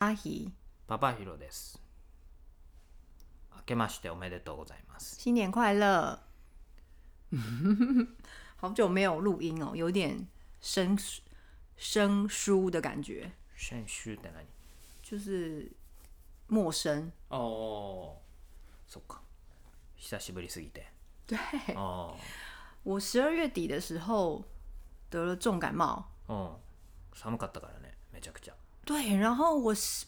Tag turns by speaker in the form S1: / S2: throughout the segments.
S1: パヒ，
S2: パパヒロです。明けましておめでとうございます。
S1: 新年快乐！ 好久没有录音哦，有点生疏生疏的感觉，
S2: 先週って何
S1: 就是陌生。
S2: おおー、そっか。久しぶりすぎて。
S1: 对
S2: あ
S1: 我十二月底的时候得了重感冒，
S2: あ、うん。寒かったからね、めちゃくちゃ。
S1: 对，然后我是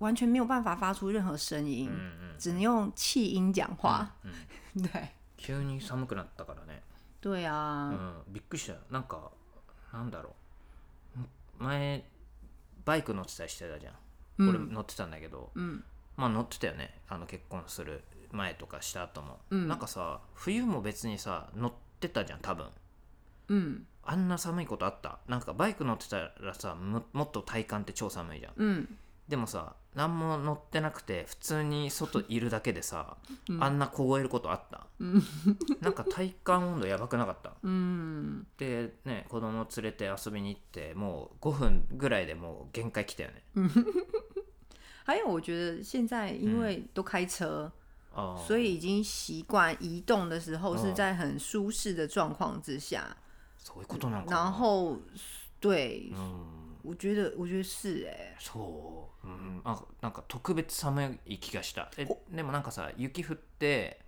S1: 完全没有办法发出任何声音，只能用气音讲话。 对，
S2: 急に寒くなったからね。
S1: 对啊，
S2: うん、びっくりしたよなんかなんだろうん前バイク乗ってたりしてたじゃん、俺乗ってたんだけど、まあ乗ってたよねあの結婚する前とかした後も、なんかさ冬も別にさ乗ってたじゃん多分
S1: 嗯
S2: あんな寒いことあったなんかバイク乗ってたらさももっと体感って超寒いじゃん
S1: 嗯，
S2: でもさ何も乗ってなくて普通に外いるだけでさ、あんな凍えることあった、なんか体感温度やばくなかった、でね子供連れて遊びに行ってもう5分ぐらいでもう限界来たよね、
S1: 还有我觉得现在因为都开车，
S2: あー
S1: 所以已经习惯移动的时候是
S2: 嗯
S1: 在很舒适的状况之下，
S2: そういうことなのかな
S1: 然后对，
S2: うん
S1: 我觉得我觉得是哎、
S2: そう、うん、なんかなんか特別寒い気がしたえでもなんかさ雪降って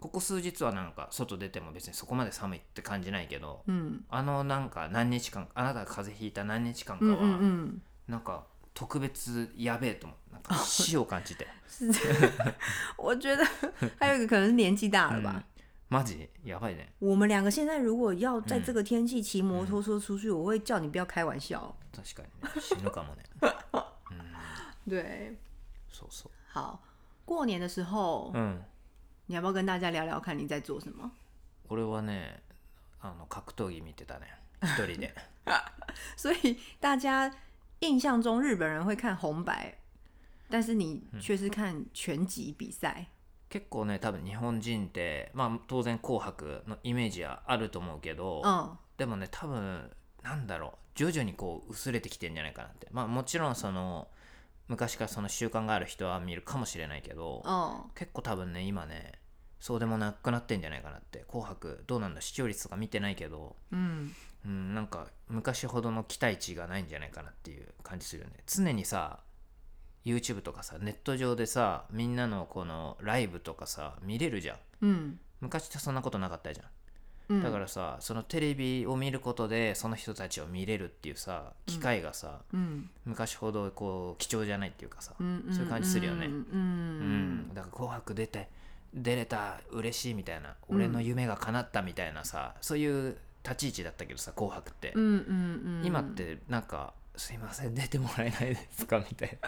S2: ここ数日はなんか外出ても別にそこまで寒いって感じないけど、
S1: 嗯
S2: あのなんか何日間あなたが風邪ひいた何日間か
S1: 嗯嗯
S2: は
S1: 嗯，
S2: なんか特別やべえと思うなんか死を感じ て
S1: 是这样，我觉 得还有一个可能是年纪大了吧。
S2: マジやばいね
S1: 我们两个现在如果要在这个天气骑摩托车出去，我会叫你不要开玩笑。
S2: 確かにね死ぬかもね
S1: 对，
S2: そうそ
S1: 好，过年的时候、
S2: ううん
S1: 你要不要跟大家聊聊看你在做什么？
S2: 俺はねあの格闘技見てたね一人で
S1: 所以大家印象中日本人会看红白，但是你却是看拳击比赛。
S2: 結構ね多分日本人ってまあ当然「紅白」のイメージはあると思うけど、
S1: 嗯
S2: でもね多分なんだろう徐々にこう薄れてきてんじゃないかなってまあもちろんその昔からその習慣がある人は見るかもしれないけど、
S1: 嗯
S2: 結構多分ね今ねそうでもなくなってんじゃないかなって「紅白」どうなんだ視聴率とか見てないけど、
S1: 嗯
S2: うん、なんか昔ほどの期待値がないんじゃないかなっていう感じするよね常にさ YouTube とかさネット上でさみんなのこのライブとかさ見れるじゃん
S1: 嗯
S2: 昔ってそんなことなかったじゃん
S1: 嗯，
S2: だからさ、そのテレビを見ることでその人たちを見れるっていうさ機会がさ、
S1: 嗯
S2: 昔ほどこう貴重じゃないっていうかさ、
S1: 嗯嗯，
S2: そういう感じするよね、
S1: 嗯
S2: う
S1: 嗯
S2: ん、だから「紅白」出て出れた嬉しいみたいな俺の夢が叶ったみたいなさ、そういう立ち位置だったけどさ「紅白」って、
S1: 嗯嗯嗯，
S2: 今ってなんか「すいません出てもらえないですか」みたい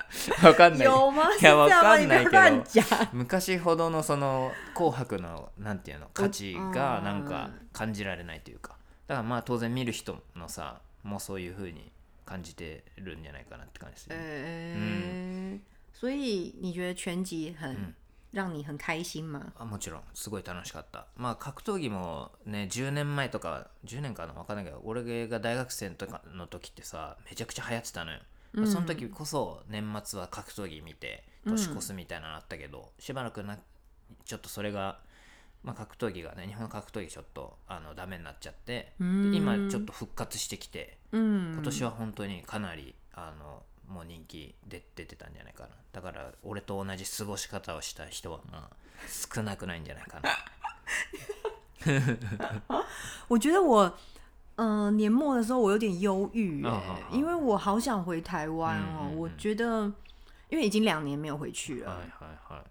S2: なわかんない
S1: 有吗？是
S2: い
S1: 这
S2: や
S1: 样吗？
S2: わか
S1: 你不
S2: んない
S1: 要
S2: けど
S1: 乱讲。
S2: 昔ほどのその「紅白」のなんていうの価値が
S1: うん
S2: なんか感じられないというかだからまあ当然見る人のさもうそういう風に感じてるんじゃないかなって感じでする、
S1: 呃，所以你觉得拳击很让你很开心吗？
S2: あもちろんすごい楽しかったまあ格闘技もね10年前とか10年かな分かんないけど俺が大学生とかの時ってさめちゃくちゃ流行ってたのよ、まあその時こそ年末は格闘技見て年越すみたいなのあったけど、しばらくなちょっとそれが、まあ、格闘技がね日本の格闘技ちょっとあのダメになっちゃってで
S1: うん
S2: 今ちょっと復活してきて
S1: 嗯，
S2: 今年は本当にかなりあのもう人気で出てたんじゃないかなだから俺と同じ過ごし方をした人はまあ少なくないんじゃないかな
S1: 我觉得我，嗯、年末的时候我有点忧郁、欸
S2: 嗯嗯嗯
S1: 因为我好想回台湾哦、
S2: 嗯嗯嗯哎
S1: 我觉得，因为已经两年没有回去了，
S2: はいはいはい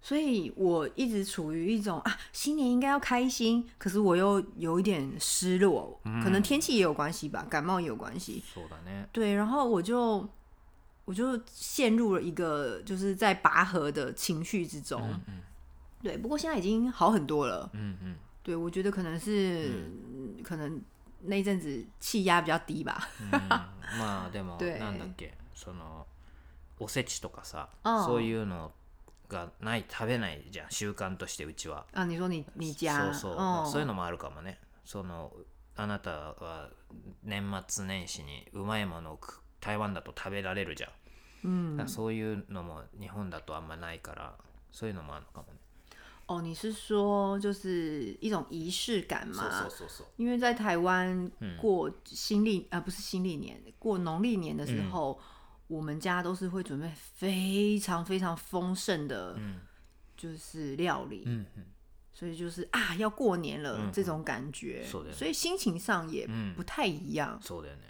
S1: 所以我一直处于一种啊，新年应该要开心，可是我又有一点失落，
S2: 嗯
S1: 可能天气也有关系吧，感冒也有关系。
S2: そうだね
S1: 对，然后我就我就陷入了一个就是在拔河的情绪之中。
S2: 嗯
S1: 对，不过现在已经好很多了。
S2: うんうん
S1: 对，我觉得可能是、嗯可能那一阵子气压比较低吧。
S2: うんま あでも
S1: 对
S2: なんだっけそのおせちとかさ
S1: うん
S2: そういうのがない食べないじゃん習慣としてうちは
S1: 啊，你说你你家
S2: そうそう、
S1: 哦
S2: そういうのもあるかもねそのあなたは年末年始にうまいものを食台湾だと食べられるじゃんだからそういうのも日本だとあんまないからそういうのもあるのかもね
S1: 哦，你是说就是一种仪式感
S2: そう
S1: 吗？
S2: そうそうそう
S1: 因为在台湾过新历啊、不是新历年，过农历年的时候，我们家都是会准备非常非常丰盛的，就是料理，
S2: うん
S1: 所以就是啊，要过年了、这种感觉
S2: そうだよ，ね
S1: 所以心情上也
S2: うん
S1: 不太一样。
S2: そうだよね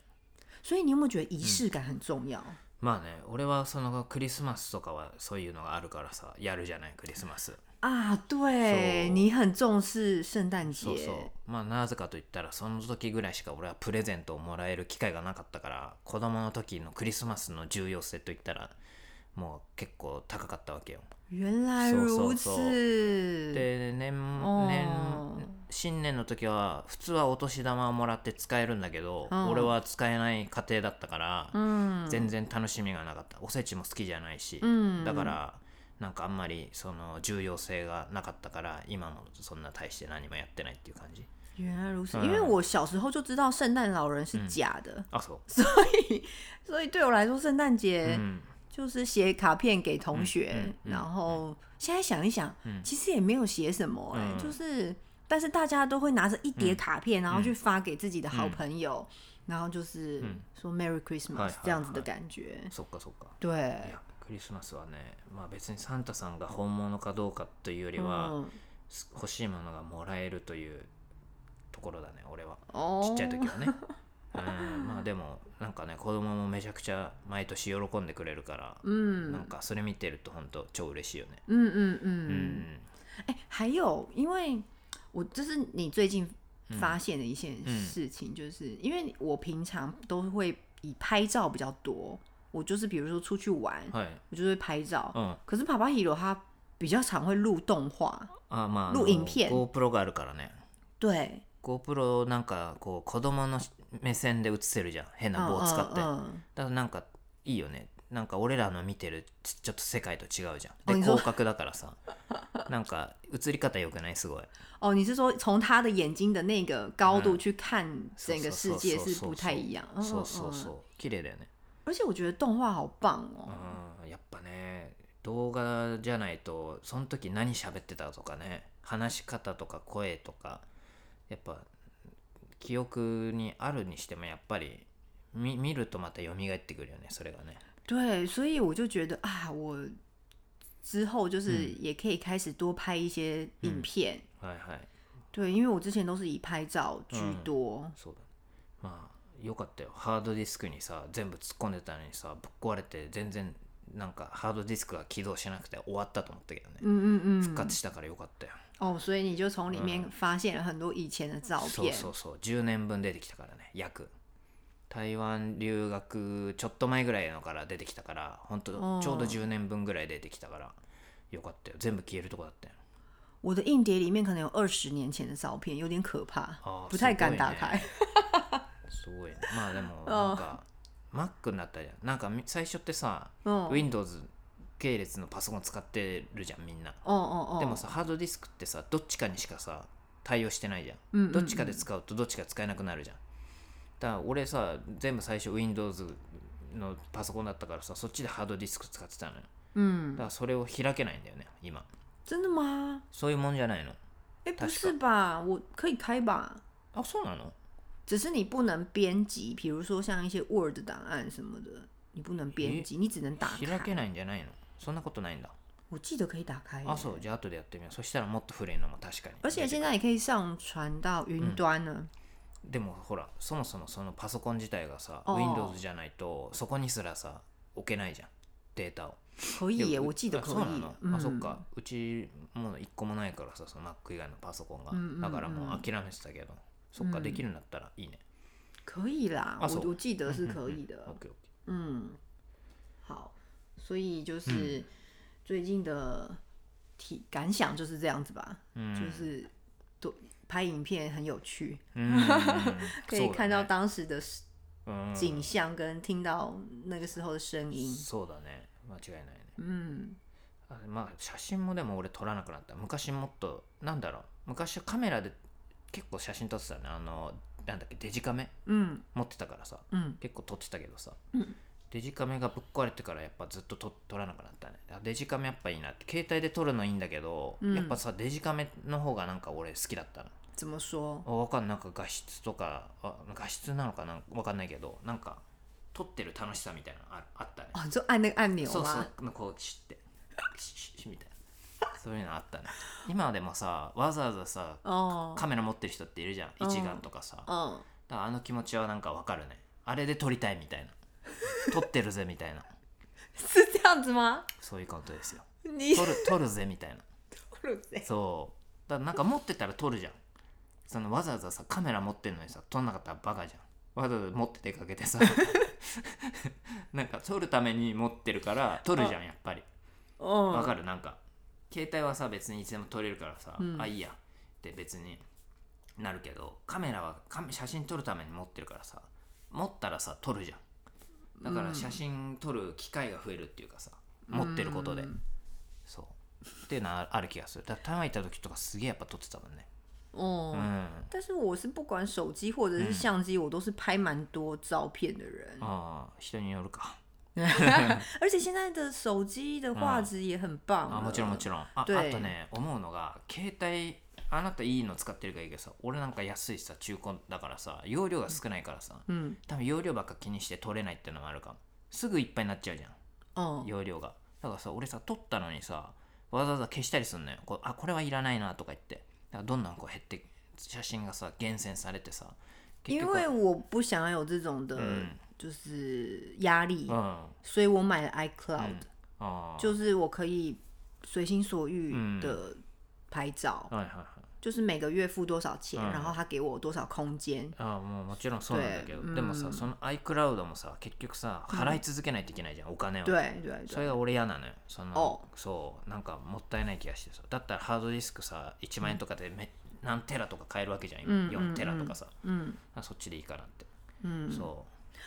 S1: 所以你有没有觉得仪式感很重要？
S2: まあね俺はそのクリスマスとかはそういうのがあるからさやるじゃないクリスマス
S1: 啊，对
S2: そう
S1: 你很重视圣诞节，
S2: そうそうまあなぜかと言ったらその時ぐらいしか俺はプレゼントをもらえる機会がなかったから子供の時のクリスマスの重要性といったらもう結構高かったわけよ
S1: 原来
S2: そう
S1: 如
S2: そう
S1: 此。
S2: そうで年
S1: ー
S2: 年新年の時は普通はお年玉をもらって使えるんだけど、
S1: うん
S2: 俺は使えない家庭だったから、
S1: 嗯
S2: 全然楽しみがなかったおせちも好きじゃないし、
S1: うん
S2: だからなんかあんまりその重要性がなかったから今もそんな大して何もやってないっていう感じ
S1: 原来如此，
S2: 嗯
S1: 因为我小时候就知道圣诞老人是假的，
S2: あそう
S1: 所以所以对我来说，圣诞节
S2: うん
S1: 就是写卡片给同学，
S2: 嗯嗯
S1: 然后现在想一想，其实也没有写什么、哎、
S2: 嗯
S1: 就是但是大家都会拿着一叠卡片，然后去发给自己的
S2: 嗯
S1: 好朋友，然后就是说 Merry
S2: 嗨
S1: Christmas
S2: 嗯嗨
S1: 这样子的感觉，
S2: そっかそっか
S1: 对
S2: い。やクリスマスはね、まあ、別にサンタさんが本物かどうかというよりは、
S1: 嗯，
S2: す欲しいものがもらえるというところだね俺は
S1: 哦
S2: ちっちゃい時は ねうんまあでもなんかね子供もめちゃくちゃ毎年喜んでくれるから、
S1: 嗯
S2: なんかそれ見てると本当超嬉しいよね
S1: 嗯嗯
S2: う
S1: 嗯，
S2: ん
S1: 哎、还有，因为我这是你最近发现的一件事情，就是、因为我平常都会以拍照比较多，我就是比如说出去玩，
S2: はい
S1: 我就会拍照。
S2: うん
S1: 可是爸爸 hero 他比较常会录动画，
S2: あまああの
S1: 录影片
S2: GoPro があるからね
S1: 对，
S2: GoPro なんかこう子供の目線で映せるじゃん変な棒を使って、だか
S1: 嗯嗯
S2: らなんかいいよねなんか俺らの見てるちちょっと世界と違うじゃ
S1: あ
S2: ん
S1: い
S2: で
S1: そう
S2: 広角だからさなんか映り方良くないすご
S1: 嗯
S2: い
S1: 哦，你是说从他的眼睛的那个高度
S2: 嗯
S1: 去看整个世界是不太一样？嗯
S2: そ
S1: 嗯
S2: うそう
S1: 嗯嗯
S2: そう綺麗だよね
S1: 而且我觉得动画好棒哦。
S2: うんやっぱね動画じゃないとその時何喋ってたとかね話し方とか声とかやっぱ記憶にあるにしてもやっぱり見見るとまた蘇ってくるよねそれがね
S1: 对，所以我就觉得啊，我之后就是
S2: 嗯
S1: 也可以开始多拍一些影片。
S2: はいはい
S1: 对，因为我之前都是以拍照居
S2: 嗯
S1: 多。
S2: そうだねまあよかったよハードディスクにさ全部突っ込んでたのにさぶっ壊れて全然なんかハードディスクが起動しなくて終わったと思ったけどね
S1: 嗯嗯
S2: 復
S1: 嗯。
S2: 活したからよかったよ、
S1: 哦，所以你就从里
S2: 嗯
S1: 面发现了很多以前的照
S2: そう
S1: 片。
S2: そうそう10年分出てきたからね約台湾留学ちょっと前ぐらいのから出てきたから本当
S1: うん
S2: ちょうど10年分ぐらい出てきたからよかったよ全部消えるとこだったよ
S1: 我的硬碟里面可能有二十年前的照片，有点可怕，
S2: 哦
S1: 不太敢
S2: すごいね
S1: 打开。
S2: すごいね まあでもなんか Mac になったじゃんなんかみ最初ってさ
S1: 嗯，
S2: Windows 系列のパソコン使ってるじゃんみんな
S1: 哦哦
S2: で
S1: 哦
S2: も。さハードディスクってさどっちかにしかさ対応してないじゃん,、
S1: うんうんうん
S2: どっちかで使うとどっちか使えなくなるじゃんだから俺さ全部最初 Windows のパソコンだったからさそっちでハードディスク使ってたのよだ
S1: 嗯
S2: か，らそれを開けないんだよね今
S1: 真的吗？
S2: そういうもんじゃないの
S1: 哎，不
S2: 確
S1: 是吧？我可以开吧？
S2: あそうなの
S1: 只是你不能编辑，比如说像一些 Word 档案什么的，你不能编辑，你只能打
S2: 開
S1: 开。
S2: けないんじゃないのそんなことないんだ
S1: 我记得可以打开耶，
S2: あそうじゃあ後でやってみようそしたらもっと古いのも確かに
S1: 而且现在也可以上传到云端了。
S2: でもほらそもそもそのパソコン自体がさ
S1: あー
S2: Windows じゃないとそこにすらさ置けないじゃんデータを
S1: 可以
S2: い
S1: 耶，
S2: やう
S1: 我记得
S2: あ
S1: 可
S2: そうな
S1: 以
S2: の。、
S1: 嗯
S2: あそっかうちもう一個もないからさその Mac 以外のパソコンが、
S1: うんうんうん
S2: だからもう諦めてたけどそっかできるんだったらいいね、
S1: 可以啦，
S2: 啊
S1: 我
S2: 是哦
S1: 我记得是可以的。
S2: OK OK
S1: 嗯，好，所以就是最近的体感想就是这样子吧，就是多拍影片很有趣，
S2: うん
S1: 可以看到当时的
S2: そうだねうん
S1: 景象跟听到那个时候的声音。
S2: そうだね間違いないね
S1: 嗯，
S2: あまあ写真もでも俺撮らなくなった昔もっとなんだろう昔はカメラで結構写真撮ってたねあのなんだっけデジカメ
S1: 嗯
S2: 持ってたからさ
S1: 嗯
S2: 結構撮ってたけどさ、デジカメがぶっ壊れてからやっぱずっとと撮らなくなったねあデジカメやっぱいいなって携帯で撮るのいいんだけど、
S1: うん
S2: やっぱさデジカメの方がなんか俺好きだったの
S1: 怎么说？
S2: あわかんないなんか画質とかあ画質なのかなわかんないけどなんか撮ってる楽しさみたいなのああったね
S1: 哦，就按那个按钮
S2: そうそ
S1: 吗？
S2: うこうシュッてシュッシュッシュッみたいなそういうのあったね今でもさわざわざさ
S1: 哦，
S2: カメラ持ってる人っているじゃん
S1: うん
S2: 一眼とかさだか
S1: 嗯，
S2: らあの気持ちはなんかわかるねあれで撮りたいみたいな撮ってるぜみたいな
S1: 是这样子吗？
S2: そういうことですよ
S1: 你
S2: 撮る撮るぜみたいな
S1: 谁？
S2: そうだからなんか持ってたら撮るじゃんそのわざわざさカメラ持ってんのにさ撮んなかったらバカじゃんわざわざ持って出かけてさなんか撮るために持ってるから撮るじゃんやっぱりわ
S1: 哦，
S2: かるなんか携帯はさ別にいつでも撮れるからさ、
S1: うん
S2: あいいやって別になるけどカメラはカメ写真撮るために持ってるからさ持ったらさ撮るじゃんだから写真撮る機会が増えるっていうかさ持ってることで、
S1: うん
S2: そうっていうのはある気がするだから台湾行った時とかすげえやっぱ撮ってたもんね
S1: 哦。
S2: うん
S1: 但是我是不管手机或者是相机，我都是拍蛮多照片的人。
S2: ああ人によるか
S1: 而且现在的手机的画质也很棒、
S2: あもちろんもちろんああと
S1: 对
S2: ね思うのが携帯あなたいいの使ってるからいいけどさ俺なんか安いしさ中古だからさ容量が少ないからさ、
S1: ろん。嗯，
S2: 多分容量ばっか気にして取れないってのもあるかもすぐいっぱいになっちゃうじゃ
S1: 哦
S2: ん、容量がだからさ俺さ取ったのにさわざわざ消したりすんのよこうあこれはいらないなとか言ってだからどんどんこう減って写真がさ厳選されてさ
S1: 因为我不想要有这种的
S2: 嗯，
S1: 就是压力，
S2: うんあ
S1: 所以我买了 iCloud，、
S2: あー
S1: 就是我可以随心所欲的拍照，
S2: はいはいはい
S1: 就是每个月付多少钱，
S2: 嗯
S1: 然后他给我多少空间。
S2: ああもうもちろんそうなんだけど
S1: 对
S2: でもさ、
S1: うん
S2: その iCloud もさ結局さ払い続けないといけないじゃん、お金を
S1: 对对
S2: そ
S1: 对，
S2: れが俺嫌なのよその
S1: お
S2: そうなんかもったいない気がしてさだったらハードディスクさ1万円とかでめ、何テラとか買えるわけじゃん今、
S1: うんうん
S2: 4テラとかさ、
S1: 嗯
S2: あそっちでいいかなって、
S1: 嗯，
S2: そ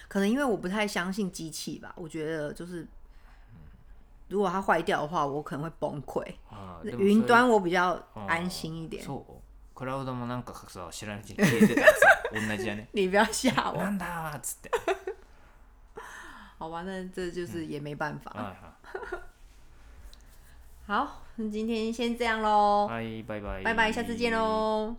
S1: 可能因为我不太相信机器吧，我觉得就是如果它坏掉的话，我可能会崩溃。
S2: うあーでもそれ
S1: 云端我比较
S2: あー
S1: 安心一点。
S2: そうクラウドもなんかさ知らないうちに消えてたらさ同じや ね
S1: 你不要吓
S2: な
S1: 我，
S2: んだーっつって
S1: 好吧？那这就是也没办法。
S2: は
S1: 好，那今天先这样
S2: い
S1: 喽，
S2: はいはいバイバイ
S1: 拜拜，下次见喽。